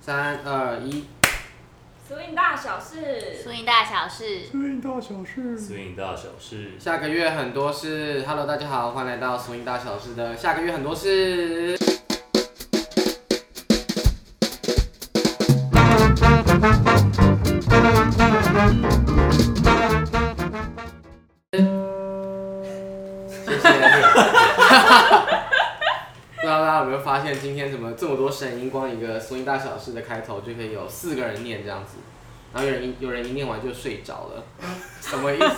三二一，苏印大小事，输赢大小事，最大小事。私营大小事，下个月很多事。Hello，大家好，欢迎来到《俗音大小事》的下个月很多事。谢谢。不知道大家有没有发现，今天怎么这么多声音？光一个《俗音大小事》的开头就可以有四个人念这样子，然后有人一有人一念完就睡着了，什么意思？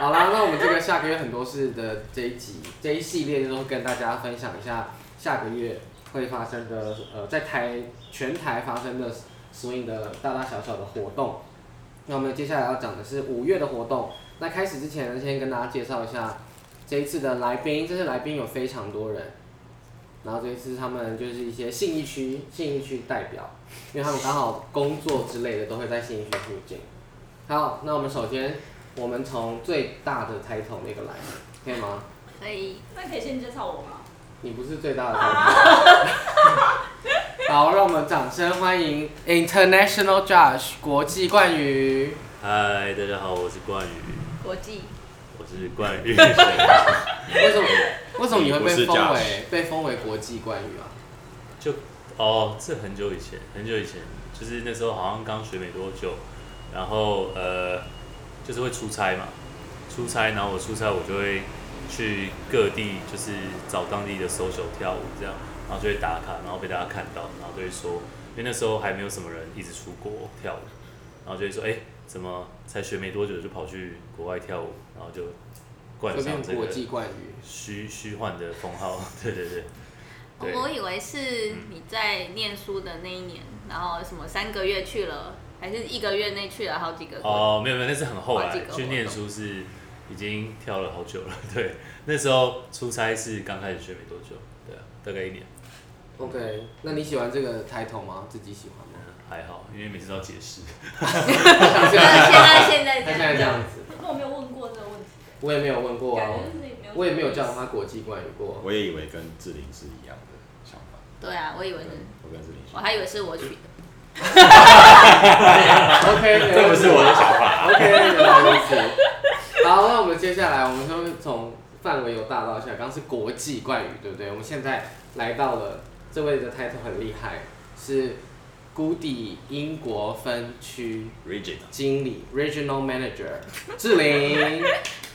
好啦，那我们这个下个月很多事的这一集这一系列，就是跟大家分享一下下个月会发生的呃，在台全台发生的所有的大大小小的活动。那我们接下来要讲的是五月的活动。那开始之前呢，先跟大家介绍一下这一次的来宾，这次来宾有非常多人。然后这一次他们就是一些信义区信义区代表，因为他们刚好工作之类的都会在信义区附近。好，那我们首先我们从最大的 title 那个来，可以吗？可以那可以先介绍我吗？你不是最大的 title。好，让我们掌声欢迎 International Judge 国际冠宇。嗨，大家好，我是冠宇，国际我是冠宇，为什么为什么你会被你不是封 judge 为被封为国际冠宇啊？就哦，这很久以前，很久以前，就是那时候好像刚学没多久，然后呃，就是会出差嘛，出差，然后我出差我就会去各地，就是找当地的 social 跳舞这样，然后就会打卡，然后被大家看到，然后就会说，因为那时候还没有什么人一直出国跳舞，然后就会说，哎、怎么才学没多久就跑去国外跳舞，然后就冠就上变这国个际冠宇。虚虚幻的封号， 对对对，对哦我以为是你在念书的那一年，然后什么三个月去了，还是一个月内去了好几个国家。哦，没有没有，那是很后好来几个活动去念书是已经跳了好久了， 对，那时候出差是刚开始学没多久，对啊，大概一年， OK，那你喜欢这个 title 吗？自己喜欢嗯吗？还好，因为每次都要解释，像 现现在在现在他现这在样这 样子，可是我没有问过这个问题，我也没有问过啊感，觉自己没有。我也没有叫。他国际冠宇过。啊我也以为跟志玲是一样的想法，对啊，我以为对是，我跟志玲是一我样。还以为是我取的。 OK，没 这问不题是我的想法， OK，原来如此。好，那我们接下来，我们就从范围由大到小，刚刚是国际冠宇，对不对？我们现在来到了这位的 title 很厉害，是谷底英国分区 Region 经理 （Regional Manager） 志 玲。啊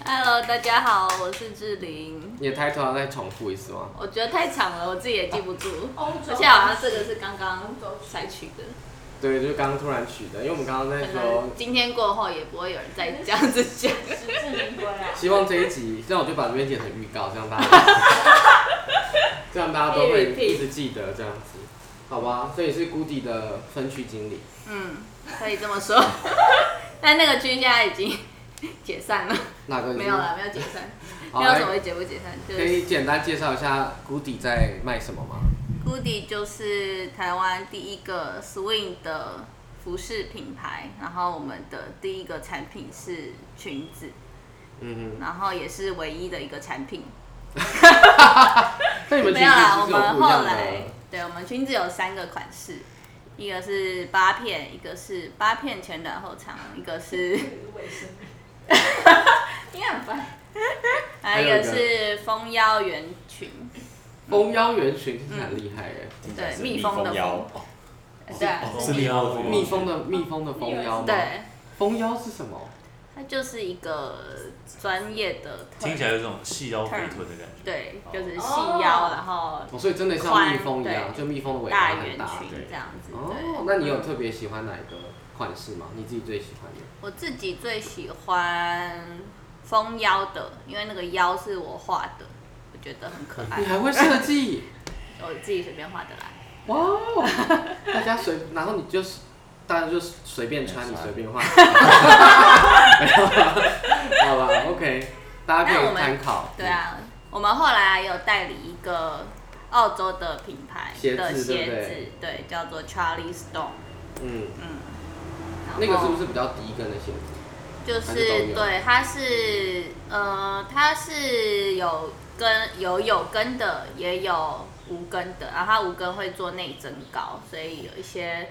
Hello，大家好，我是志玲。你的 title 要再重复一次吗？我觉得太长了，我自己也记不 住，欧洲。而且好像这个是刚刚才取的，对，就是刚刚突然取的，因为我们刚刚在可说能，今天过后也不会有人再这样子讲。实至名归啊。希望这一集，这样我就把这边剪成预告，这样大 家，这样大家都会一直记得这样子，好吧？所以是谷底的分区经理。嗯，可以这么说。 但那个区现在已经解散了，那嗯个没有了，没有解散，好没有所来谓解不解散，就可是以简单介绍一下谷底在卖什么吗？ Goody 就是台湾第一个 Swing 的服饰品牌，然后我们的第一个产品是裙子，嗯然后也是唯一的一个产品。哼，那你们其实没有啦，我是有们不一后样来的，啊对我们裙子有三个款式，一个是八片，一个是八片前短后长，一 个是。卫生。你很烦。还还有有一一个个是蜂腰圆裙，蜂腰圆裙听起来很厉害耶，听起来是对蜜蜜蜂的蜂腰，蜂对啊哦是蜜蜂的蜂蜜蜂的蜜蜂的蜂腰吗？，对，蜂腰是什么？它就是一个专业的 term，听起来有一种细腰肥臀的感觉，对，就是细哦腰，然后哦，所以真的像蜜蜂一样，宽对就蜜蜂的尾巴大圆嗯很大。裙对这样子。哦对，，那你有特别喜欢哪一个款式吗？你自己最喜欢的？我自己最喜欢蜂腰的，因为那个腰是我画的，我觉得很可爱你，还会设计？我自己随便画的啦。哇哦！大家随，然后你就是，大家就随便穿，你随便画。好吧，OK，大家可那我以们参考。嗯对啊，我们后来有代理一个澳洲的品牌鞋子的对鞋不子对，对，叫做 Charlie Stone。嗯，嗯，那个是不是是比较低跟的鞋子？就还是都是有对，它是呃，它是有跟有有跟的，也有无根的，然后它无根会做内增高，所以有一些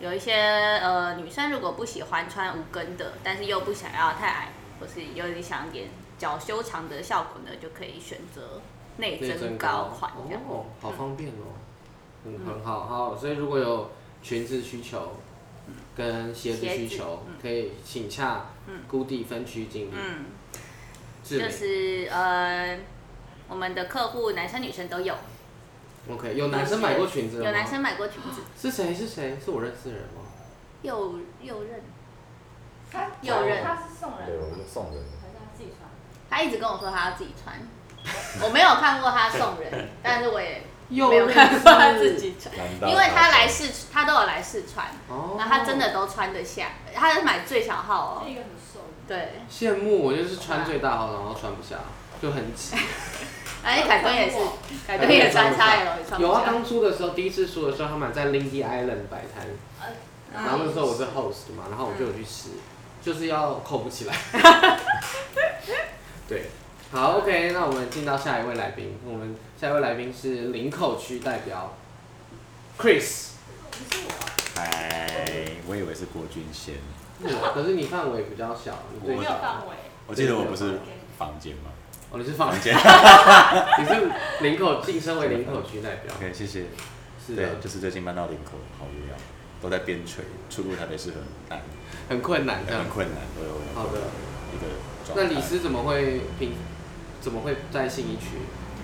有一些呃女生如果不喜欢穿无根的，但是又不想要太矮，或是有点想点脚修长的效果呢，就可以选择内内增增高款这样。嗯哦，好方便哦，很很好好，所以如果有裙子需求跟鞋子需鞋子求，可以请洽估地分区经理嗯，志就明是呃我们的客户男生女生都有， ，OK，有男生买过裙子有了吗？男生买过裙子，是谁？是谁？是我认识的人吗？右右任，他有人他是送人对，的我吗，就送人了。还是他自己穿？他一直跟我说他要自己穿，我没有看过他 送人，但是我也又没有看过他自己穿。难道因为他来试，他都有来试穿，哦，然后他真的都穿得下，他是买最小号是哦。一个很瘦的，对，羡慕我，就是穿最大号，然后穿不下，就很挤。而哎且凯哥也是，凯哥也穿 XL 也穿有不啊，下。当初的时候，第一次出的时候，他们在 Lindy Island 摆摊，呃，然后那时候我是 host 嘛，然后我就有去试，就是要扣不起来。对，好，OK，那我们进到下一位来宾，我们下一位来宾是林口区代表 Chris，不是我，哎，我以为是郭俊贤，我可是你范围比较小，你最没有小，范围，我记得我不是房间吗？哦，你是房房 间。你是林口晋升为林口区代表， OK，谢谢。是啊的对，，就是最近搬到林口，好无聊，都在边陲，出入台北是很难，很困难这样很。困难，都有很好的困难一个状态。那李斯怎么会平，怎么会在信义区？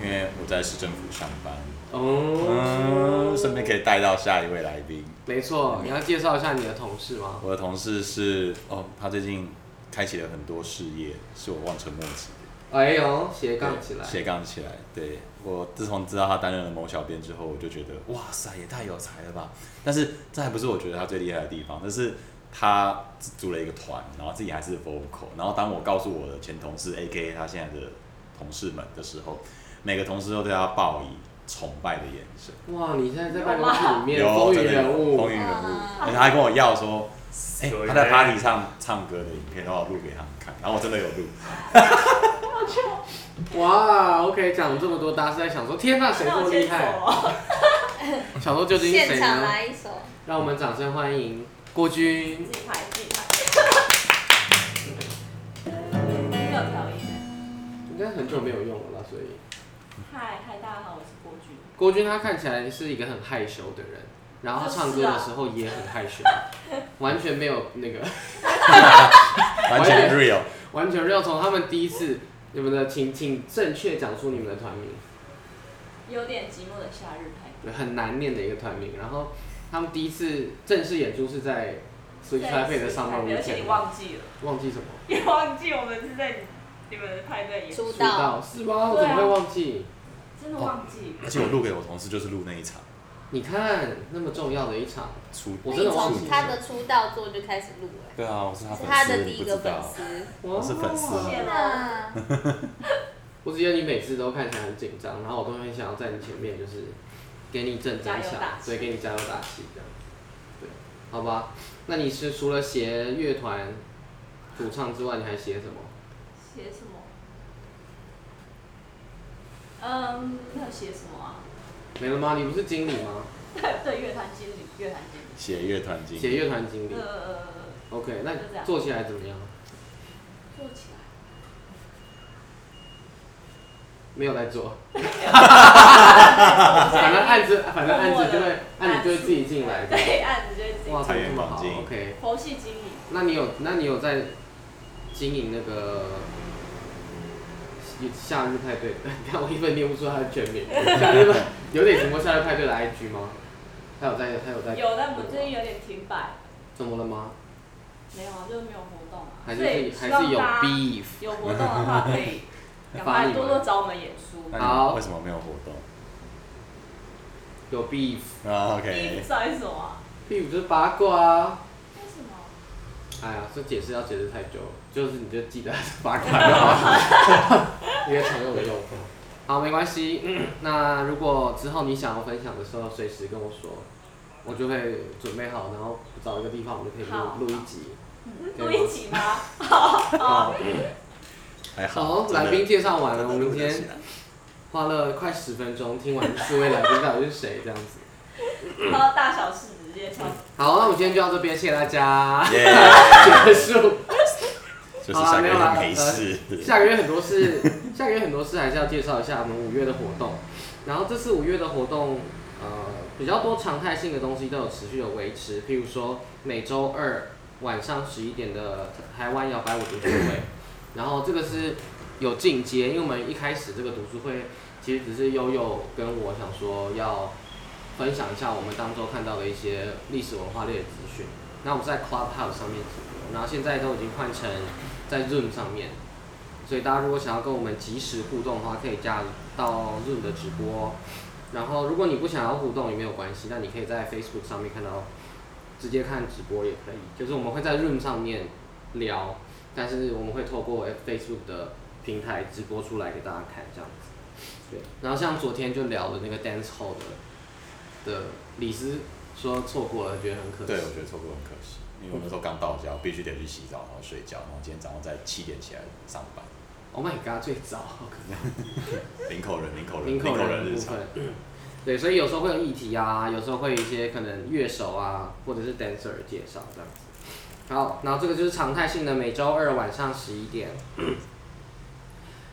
因为我在市政府上班，哦嗯，，顺便可以带到下一位来宾。没错，你要介绍一下你的同事吗？我的同事是哦，他最近开启了很多事业，是我望尘莫及的。哎呦，斜杠起来对，斜杠起来。对我自从知道他担任了某小编之后，我就觉得哇塞，也太有才了吧！但是这还不是我觉得他最厉害的地方，但是他组了一个团，然后自己还是 vocal，然后当我告诉我的前同事 A.K.A 他现在的同事们的时候，每个同事都对他报以崇拜的眼神。哇，你现在在办公室里面有风真云的人有物风云，人物啊，而且他还跟我要说，哎、有一他在个 party 上唱歌的影片，然后我录给他们看，然后我真的有录，哇，OK，讲了这么多，大家是在想说，天呐，谁这么厉害？想说究竟是现谁场呢？来一首，让我们掌声欢迎郭军自。己拍自己拍，没有调音。应该很久没有用了吧，所以嗨嗨，大家好，我是郭俊。郭军他看起来是一个很害羞的人，然后他唱歌的时候也很害羞，完全没有那个。 完全 real。完全要从他们第一次，你们的请请正确讲出你们的团名，有点寂寞的夏日派对，很难念的一个团名。然后他们第一次正式演出是在 s w i t 对 c h Taipei 的 Summer 而且你 Weekend，忘记了，忘记什么？ 你忘记我们是在你们的派对演出，出出道。道是吗？我怎么会忘记？真的忘记。而且我录给我同事就是录那一场你看那么重要的一场，出，我那真你的忘从记他的出道作就开始录了，对啊，我是他是粉他丝，的第你一不个知粉道，丝。我是粉丝啊谢谢啦，那我只觉得你每次都看起来很紧张，然后我都很想要在你前面，就是给你正正一加油下打，气对，给你加油打气这样子，对，好吧？那你是除了写乐团主唱之外，你还写什么？写什么？嗯，那写什么啊？ 没了吗？你不是经理吗？对，乐团经理，乐团经理。写乐团经写乐团经理。呃， OK，就这那样做起来怎么样？做起来。没有在做，反正案子，反正案子就会，案子就会自己进来的。对，案子就会自己哇，怎裁么员这么好绑定？OK，佛系经理，那你有，那你有在经营那个夏日派对？ 你看我一分念不出他的全 名，夏日派有点什么夏日派对的 IG 吗？他有在，他有在。有，但我最近有点停摆，怎么了吗？没有啊，就是没有活动啊。还是所以还希望是有大家 beef？有活动的话可 以赶发你们快多多找我们演出。那你好们为什么没有活动有 beef？啊第一？OK，算什么啊？ beef 就是八卦啊。为什么？哎呀，这解释要解释太久了，就是你就记得八卦就好， 因为常用的用法。好，没关系、嗯那如果之后你想要分享的时候，随时跟我说，我就会准备好，然后找一个地方，我们就可以好嗯录录一集。录一集 吗？好，还好哦好，，来宾介绍完了，我真的们录今得起天来花了快十分钟听完四位来宾到底是谁这样子。然后大小事直接敲。好，那我们今天就到这边，谢谢大家， 耶、结束。就是好啦下个没有啦月没事。下个月很多事， 下个月很多事还是要介绍一下我们五月的活动。然后这次五月的活动，呃，比较多常态性的东西都有持续的维持，譬如说每周二晚上十一点的台湾摇摆舞读书会，然后这个是有进阶，因为我们一开始这个读书会其实只是悠悠跟我想说要分享一下我们当周看到的一些历史文化类的资讯。那我们是在 Clubhouse 上面直播，然后现在都已经换成在 Zoom 上面，所以大家如果想要跟我们及时互动的话，可以加到 Zoom 的直播。哦然后如果你不想要互动也没有关系，那你可以在 Facebook 上面看到，直接看直播也可以。就是我们会在 Room 上面聊，但是我们会透过 Facebook 的平台直播出来给大家看这样子。对，然后像昨天就聊了那个 Dance Hall 的的李斯说错过了，觉得很可惜。 对，我觉得错过很可惜，因为我那时候刚到家，我必须得去洗澡，然后睡觉，然后今天早上在七点起来上班。 Oh my god，最早好可怕林口人，林口哦人，林口人的日部常分。。对，所以有时候会有议题啊，有时候会有一些可能乐手啊，或者是 dancer 介绍这样子。好，然后这个就是常态性的每周二晚上十一点。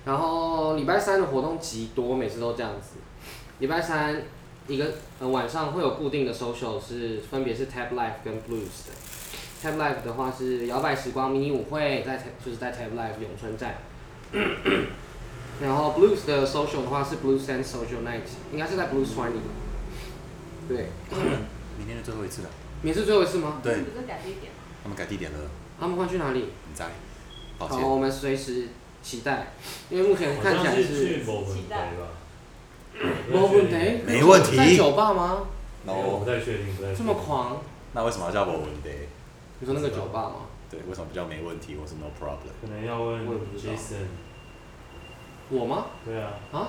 然后礼拜三的活动极多，每次都这样子。礼拜三一个呃晚上会有固定的 social 是分别是 Tab Life 跟 Blues 的。Tab Life 的话是摇摆时光迷你舞会，在 Tab- 就是在 Tab Life 永春站。然后 Blues 的 social 的话是 Blues and Social Night，应该是在 Blues Twenty。对，明天是最后一次了，免是最后一次吗？对不是改一点吗？他们改地点了，他们换去哪里？你在？抱好，歉，我们随时期待，因为目前看起来是某期待吧。罗文德，没问题在酒吧吗？然我后不太确定，不太确定这么狂？那为什么要叫我文得？你说那个酒吧吗？对，为什么不叫没问题或是 no problem？可能要问我也不知道 Jason。我吗？对啊，啊？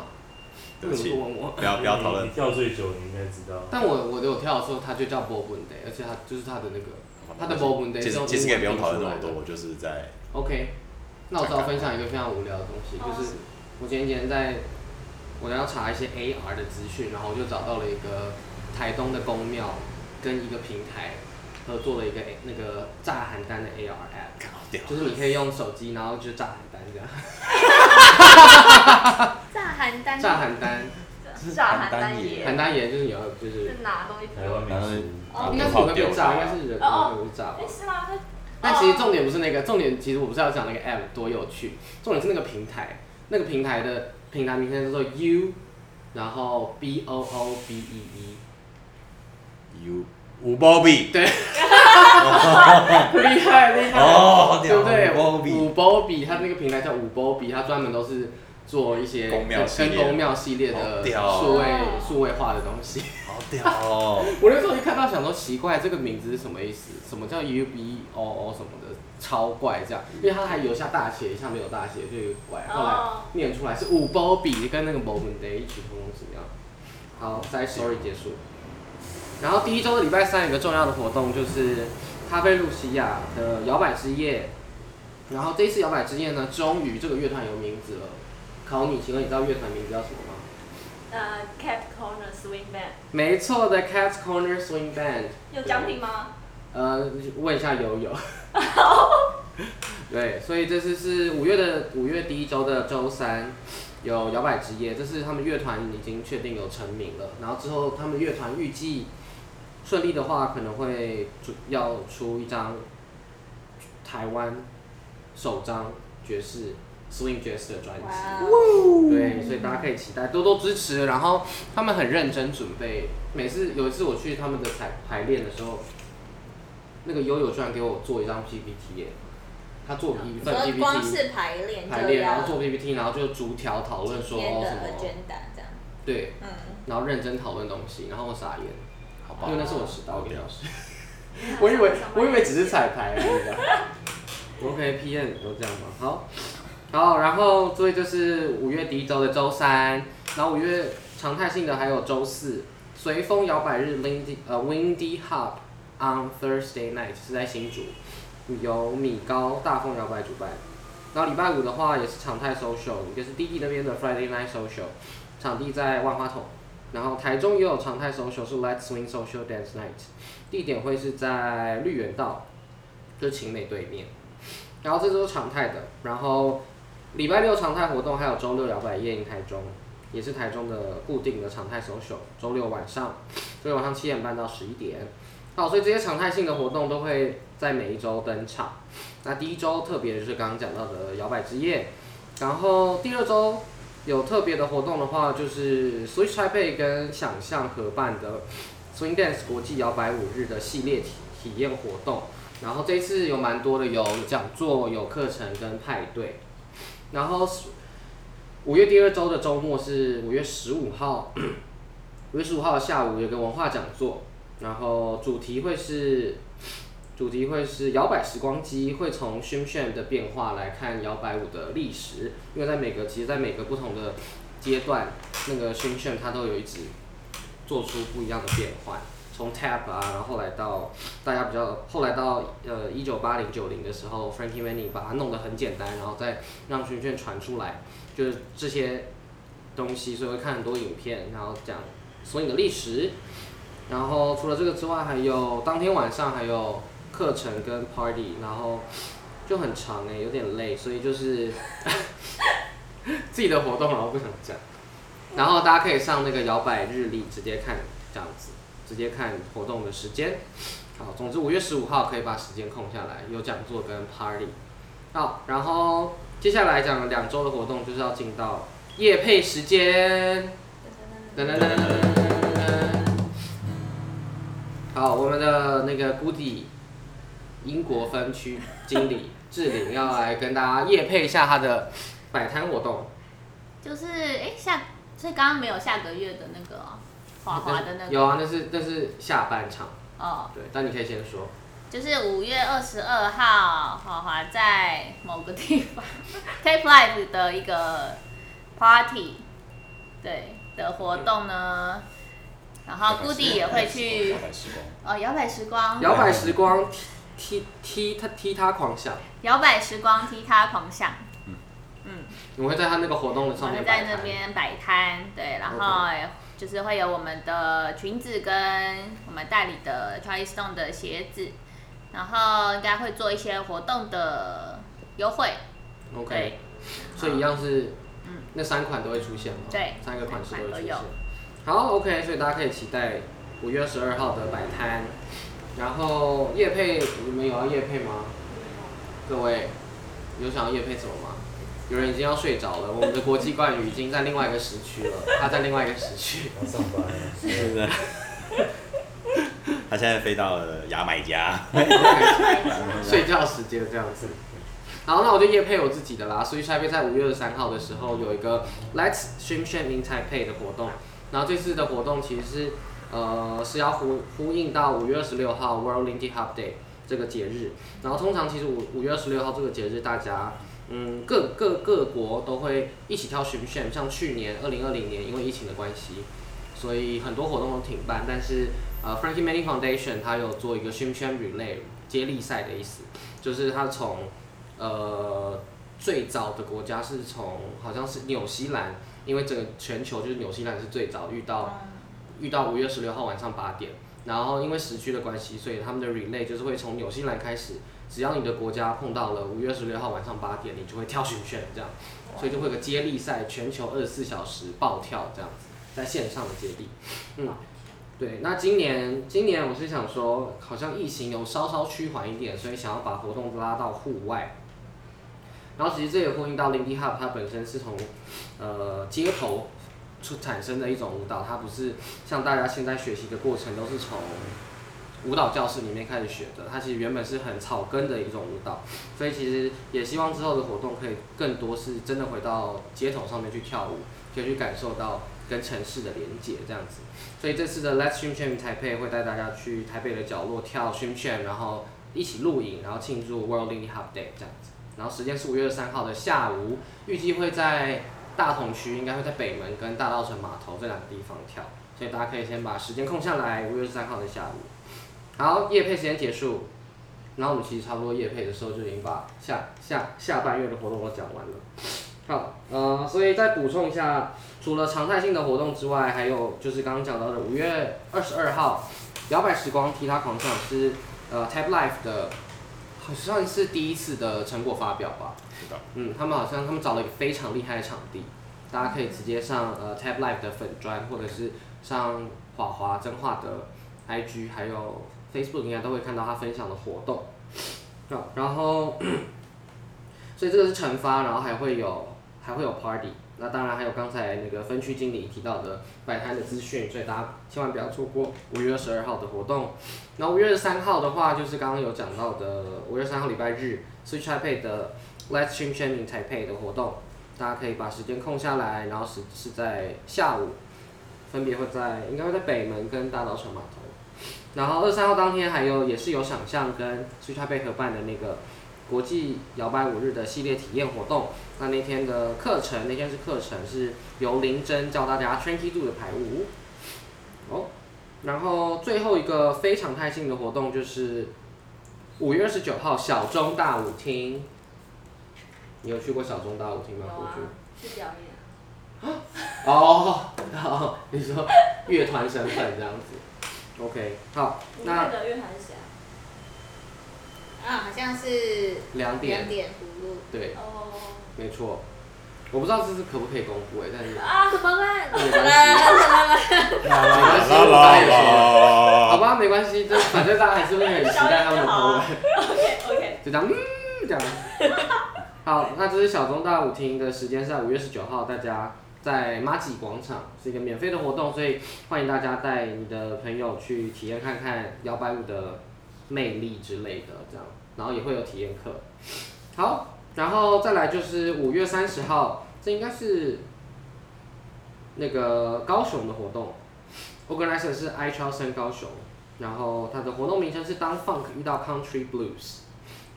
对不为起什么问我？不啊要不要讨论你你，跳最久，你应该知道。但我我有跳的时候，他就叫 Bob n Day，而且他就是他的那个他的 problem 其实 day 其实也不用是用英文讨论那么拼出来多，的我就是在 OK，那我只好分享一个非常无聊的东西，就是我前几天在我要查一些 AR 的资讯，然后我就找到了一个台东的公庙跟一个平台合作了一个 A- 那个炸邯郸的 AR app，搞掉。就是你可以用手机，然后就炸邯郸这样， 炸邯郸，炸邯郸，炸啊邯邯郸郸邯野野郸也就是有就是是哪东西？台湾然后民哦应该是你哦会被炸，应该是人会被炸吧哎，。是吗？他但其实重点不是那个，重点其实我不是要讲那个 app 多有趣，重点是那个平台，那个平台的平台名称叫做 U，然后 B O O B E E。 U 五包币厉害厉害哦好对屌不对？五包比五包比，它那个平台叫五包比，它专门都是做一些公庙系跟列公庙系列好的屌哦数位数位化的东西。好屌哦！我那时候一看到想说奇怪，这个名字是什么意思？什么叫 U B O O 什么的，超怪这样，因为它还有下大写，下面有大写，就有点怪。后来哦念出来是五包比跟那个某本的一起通通怎么样？好，再 sorry 结束。然后第一周的礼拜三有个重要的活动就是咖啡露西亚的摇摆之夜，然后这一次摇摆之夜呢，终于这个乐团有名字了。考你，请问你知道乐团名字叫什么吗？呃，Cat Corner Swing Band 没错的，Cats Corner Swing Band。有奖品吗？呃，问一下友友。 对，所以这次是五月的五月第一周的周三，有摇摆之夜，这是他们乐团已经确定有成名了。然后之后他们乐团预计顺利的话，可能会出要出一张台湾首张爵士 swing 爵士的专辑。哇，哦对，所以大家可以期待，多多支持。然后他们很认真准备，每次有一次我去他们的排排练的时候，那个悠悠居然给我做一张 PPT，耶他做一份说光 PPT 是排练排就练，然要后做 PPT，然后就逐条讨论说今天的什么， agenda 这样，对，嗯，然后认真讨论东西，然后我傻眼，好吧因为，那是我迟到一个小时， 我以为啊我以为只是彩排而已啊。OK PM 都这样吗？好，好，然后所以就是五月第一周的周三，然后五月常态性的还有周四，随风摇摆日 Windy 呃 Windy Hub on Thursday night 是在新竹，由米高大风摇摆主办。然后礼拜五的话也是常态 social，也就是弟弟那边的 Friday night social，场地在万花筒。然后台中也有常态 social 是 Let's Swing Social Dance Night，地点会是在绿园道，就是晴美对面。然后这都是常态的。然后礼拜六常态活动还有周六摇摆夜迎台中，也是台中的固定的常态 social，周六晚上，周六晚上七点半到十一点。好，所以这些常态性的活动都会在每一周登场。那第一周特别的就是刚刚讲到的摇摆之夜，然后第二周有特别的活动的话，就是 Switch Taipei 跟想象合办的 Swing Dance 国际摇摆五日的系列体体验活动。然后这次有蛮多的，有讲座、有课程跟派对。然后五月第二周的周末是五月十五号，五月十五号的下午有个文化讲座，然后主题会是主题会是摇摆时光机，会从 s h i m s h a n 的变化来看摇摆舞的历史，因为在每个其实，在每个不同的阶段，那个 s h i m s h a n 它都有一直做出不一样的变换，从 tap 啊，然后后来到大家比较后来到呃一九八零九零的时候，Frankie Manning 把它弄得很简单，然后再让圈圈传出来，就是这些东西，所以会看很多影片，然后讲所影的历史。然后除了这个之外，还有当天晚上还有课程跟 party，然后就很长哎、有点累，所以就是 自己的活动，然后啊不想讲。然后大家可以上那个摇摆日历直接看，这样子直接看活动的时间。好，总之五月十五号可以把时间空下来，有讲座跟 party。好，然后接下来讲两周的活动就是要进到夜配时间。噔噔噔噔噔噔好，我们的那个 Goody 英国分区经理志玲要来跟大家夜配一下他的摆摊活动。就是哎、下，所以刚刚没有下个月的那个哦华华的那个有啊，那是那是下半场，哦，对，但你可以先说。就是五月二十二号，华华在某个地方 Tape Life 的一个 party，对的活动呢，然后 Goody 也会去摇摆时光哦摇摆时光，摇摆时光踢踢踢他踢他狂想，摇摆时光踢踏狂想，你会在他那个活动的我上面们摆在摊嗯那。边摆摊，对，然后也就是会有我们的裙子跟我们代理的 Charlie Stone 的鞋子，然后应该会做一些活动的优惠， OK，对所以一样是嗯，那三款都会出现吗？对三个款式都会出三款都现有。好，OK，所以大家可以期待五月十二号的摆摊。然后夜配，你们有要夜配吗？各位有想要夜配什么吗？有人已经要睡着了，我们的国际冠宇已经在另外一个时区了，他在另外一个时区。要上班了。对对。他现在飞到了牙买加， 睡觉时间这样子。好，那我就夜配我自己的啦。所以 t a 在五月二十三号的时候有一个 Let's Stream s h a m in Taipei 的活动，然后这次的活动其实是呃是要呼呼应到五月二十六号 World Lindy Hop Day 这个节日。然后通常其实五五月二十六号这个节日，大家嗯各各各国都会一起跳 Stream s h a m 像去年二零二零年因为疫情的关系，所以很多活动都停办，但是呃 Frankie Manning Foundation 它有做一个 Stream s h a m Relay 接力赛的意思，就是它从呃最早的国家是从好像是纽西兰，因为整个全球就是纽西兰是最早遇到遇到五月十六号晚上八点，然后因为时区的关系，所以他们的 relay 就是会从纽西兰开始，只要你的国家碰到了五月十六号晚上八点，你就会跳巡旋这样，所以就会有个接力赛，全球二十四小时暴跳这样子，在线上的接力，嗯。对，那今年今年我是想说，好像疫情有稍稍趋缓一点，所以想要把活动拉到户外。然后其实这也呼应到 Lindy Hop，它本身是从呃街头出产生的一种舞蹈，它不是像大家现在学习的过程都是从舞蹈教室里面开始学的，它其实原本是很草根的一种舞蹈，所以其实也希望之后的活动可以更多是真的回到街头上面去跳舞，可以去感受到跟城市的连接这样子。所以这次的 Let's Stream Champ 台北会带大家去台北的角落跳 Stream Champ，然后一起录影，然后庆祝 World Lindy Hop Day 这样子。然后时间是五月三号的下午，预计会在大同区，应该会在北门跟大稻城码头这两个地方跳，所以大家可以先把时间空下来，五月三号的下午。好，夜配时间结束，然后我们其实差不多夜配的时候就已经把下下下半月的活动都讲完了。好，呃，所以再补充一下，除了常态性的活动之外，还有就是刚刚讲到的五月二十二号，摇摆时光踢踏狂想是呃 Type Life 的，好像是第一次的成果发表吧。知道。嗯，他们好像他们找了一个非常厉害的场地，大家可以直接上呃 Tab Live 的粉砖，或者是上华华真话的 IG，还有 Facebook 应该都会看到他分享的活动。对吧然后，所以这个是惩罚，然后还会有还会有 party。那当然还有刚才那个分区经理提到的摆摊的资讯，所以大家千万不要错过五月二十二号的活动。那五月三号的话，就是刚刚有讲到的五月三号礼拜日 s w i t c h Taipei 的 Let's Stream s h a m i n g Taipei 的活动，大家可以把时间空下来，然后是是在下午，分别会在应该会在北门跟大稻城码头。然后二三号当天还有也是有想象跟 s w i t c h Taipei 合办的那个国际摇摆舞日的系列体验活动。那那天的课程，那天是课程是由林真教大家 Trinky Do 的排舞。哦，然后最后一个非常态性的活动就是五月二十九号小中大舞厅。你有去过小中大舞厅吗？有过啊去。，去表演。哦，哦，你说乐团身份这样子。OK，好，五那月的乐团是谁啊？啊，好像是两两点，点葫芦，对，哦。没错。我不知道这是可不可以公布哎，但是啊，怎么办？没关系，啦没关 系，啦我啦答应了。好啦！吧，没关系，这反正大家还是会很期待他们的口吻。 OK OK。就这样，嗯，这样。好，那这是小中大舞厅的时间是在五月十九号，大家在马吉广场是一个免费的活动，所以欢迎大家带你的朋友去体验看看摇摆舞的魅力之类的，这样，然后也会有体验课。好，然后再来就是五月三十号，这应该是那个高雄的活动，organizer 是 i c h a l s o n 高雄，然后它的活动名称是当 funk 遇到 country blues。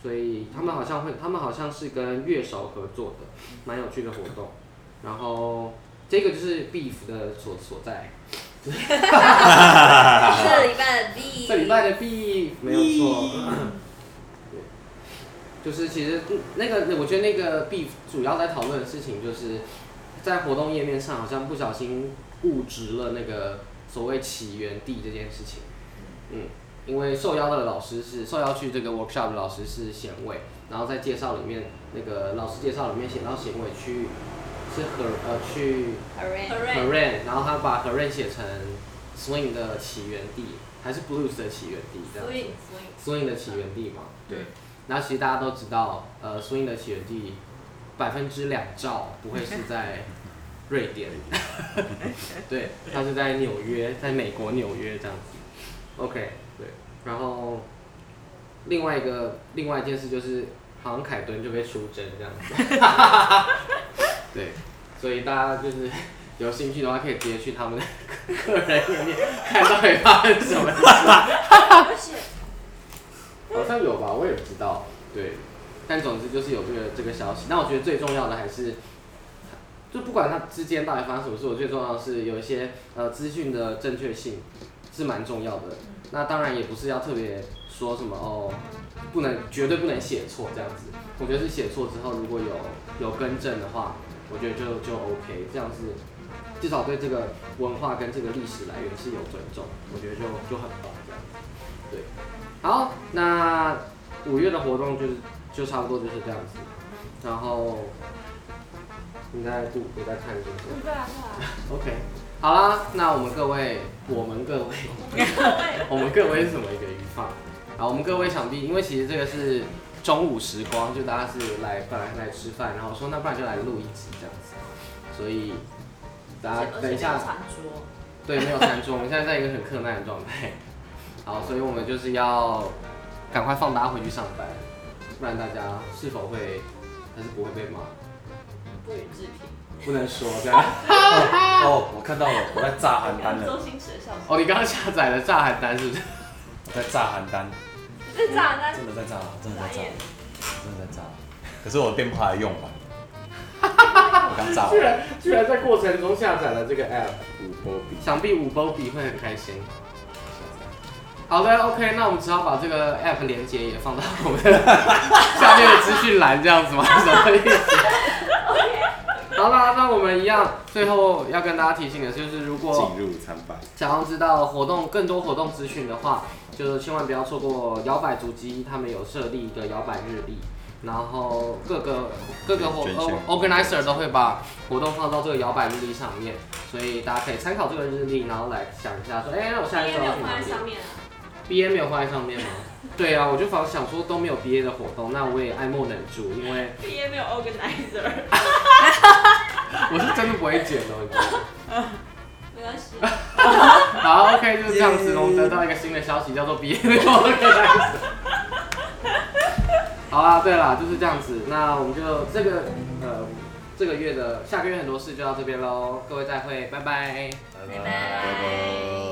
所以他们好像会，他们好像是跟乐手合作的，蛮有趣的活动。然后这个就是 beef 的所所在，这礼啊拜的 B，这礼拜的 beef 没有错。对就是其实那个，我觉得那个 beef 主要在讨论的事情，就是在活动页面上好像不小心误植了那个所谓起源地这件事情。嗯，因为受邀的老师是受邀去这个 workshop 的老师是贤伟，然后在介绍里面那个老师介绍里面写到贤伟去是和呃去 Hooray h e r a n 然后他把 h e r a n 写成 swing 的起源地，还是 blues 的起源地这样子。 Swing Swing。 swing 的起源地嘛。对。然后其实大家都知道，呃，swing 的起源地百分之两兆不会是在瑞典，对，它是在纽约，在美国纽约这样子。OK，对。然后另外一个另外一件事就是，好像凯顿就被出征这样子。对，所以大家就是。有兴趣的话，可以直接去他们的个人页面看到底发生什么事而且好像有吧，我也不知道。对，但总之就是有这个这个消息。那我觉得最重要的还是，就不管它之间到底发生什么事，我最重要的是有一些呃资讯的正确性是蛮重要的。那当然也不是要特别说什么哦，不能绝对不能写错这样子。我觉得是写错之后如果有有更正的话，我觉得就就 OK，这样子至少对这个文化跟这个历史来源是有尊重，我觉得就就很棒这样子。对，好，那五月的活动就是就差不多就是这样子，然后你在读我在看这个对啊对啊， ，OK，好啦，那我们各位，我们各位， 我们各位是什么一个语法？啊，我们各位想必因为其实这个是中午时光，就大家是来本来是来吃饭，然后说那不然就来录一集这样子，所以大家啊等一下。传说。对，没有餐桌，我们现在在一个很困难的状态。好，所以我们就是要赶快放大家回去上班，不然大家是否会还是不会被骂？不予置评。不能说这样。哦，我看到了，我在炸邯郸周了，星驰的笑声。哦，你刚刚下载了炸邯郸是不是？我在炸邯郸，是炸弹嗯真的在炸，真的在眨炸啊眼，，真的在炸。可是我电话还用完，我刚炸居完。然居然在过程中下载了这个 app，五波比想必五波比会很开心。好的，OK，那我们只好把这个 app 连接也放到我们的下面的资讯栏，这样子吗？什么意思？好好啦，那我们一样，最后要跟大家提醒的就是，如果进入参拜。想要知道活动更多活动资讯的话，就是千万不要错过摇摆足迹，他们有设立一个摇摆日历，然后各个各个活捐献 o- organizer 都会把活动放到这个摇摆日历上面，所以大家可以参考这个日历，然后来想一下说，哎、那我下一也周没有要去放哪在里上面啊。 ？B A 没有放在上面吗？对啊，我就想想说都没有 B A 的活动，那我也爱莫能助，因为 B A 没有 organizer，我是真的不会剪的，你知道吗没关 系。好，OK，就是这样子，我们得到一个新的消息，叫做 B A 的 organizer。好啦，对啦，就是这样子。那我们就这个呃，这个月的下个月很多事就到这边喽，各位再会，拜拜。拜拜拜。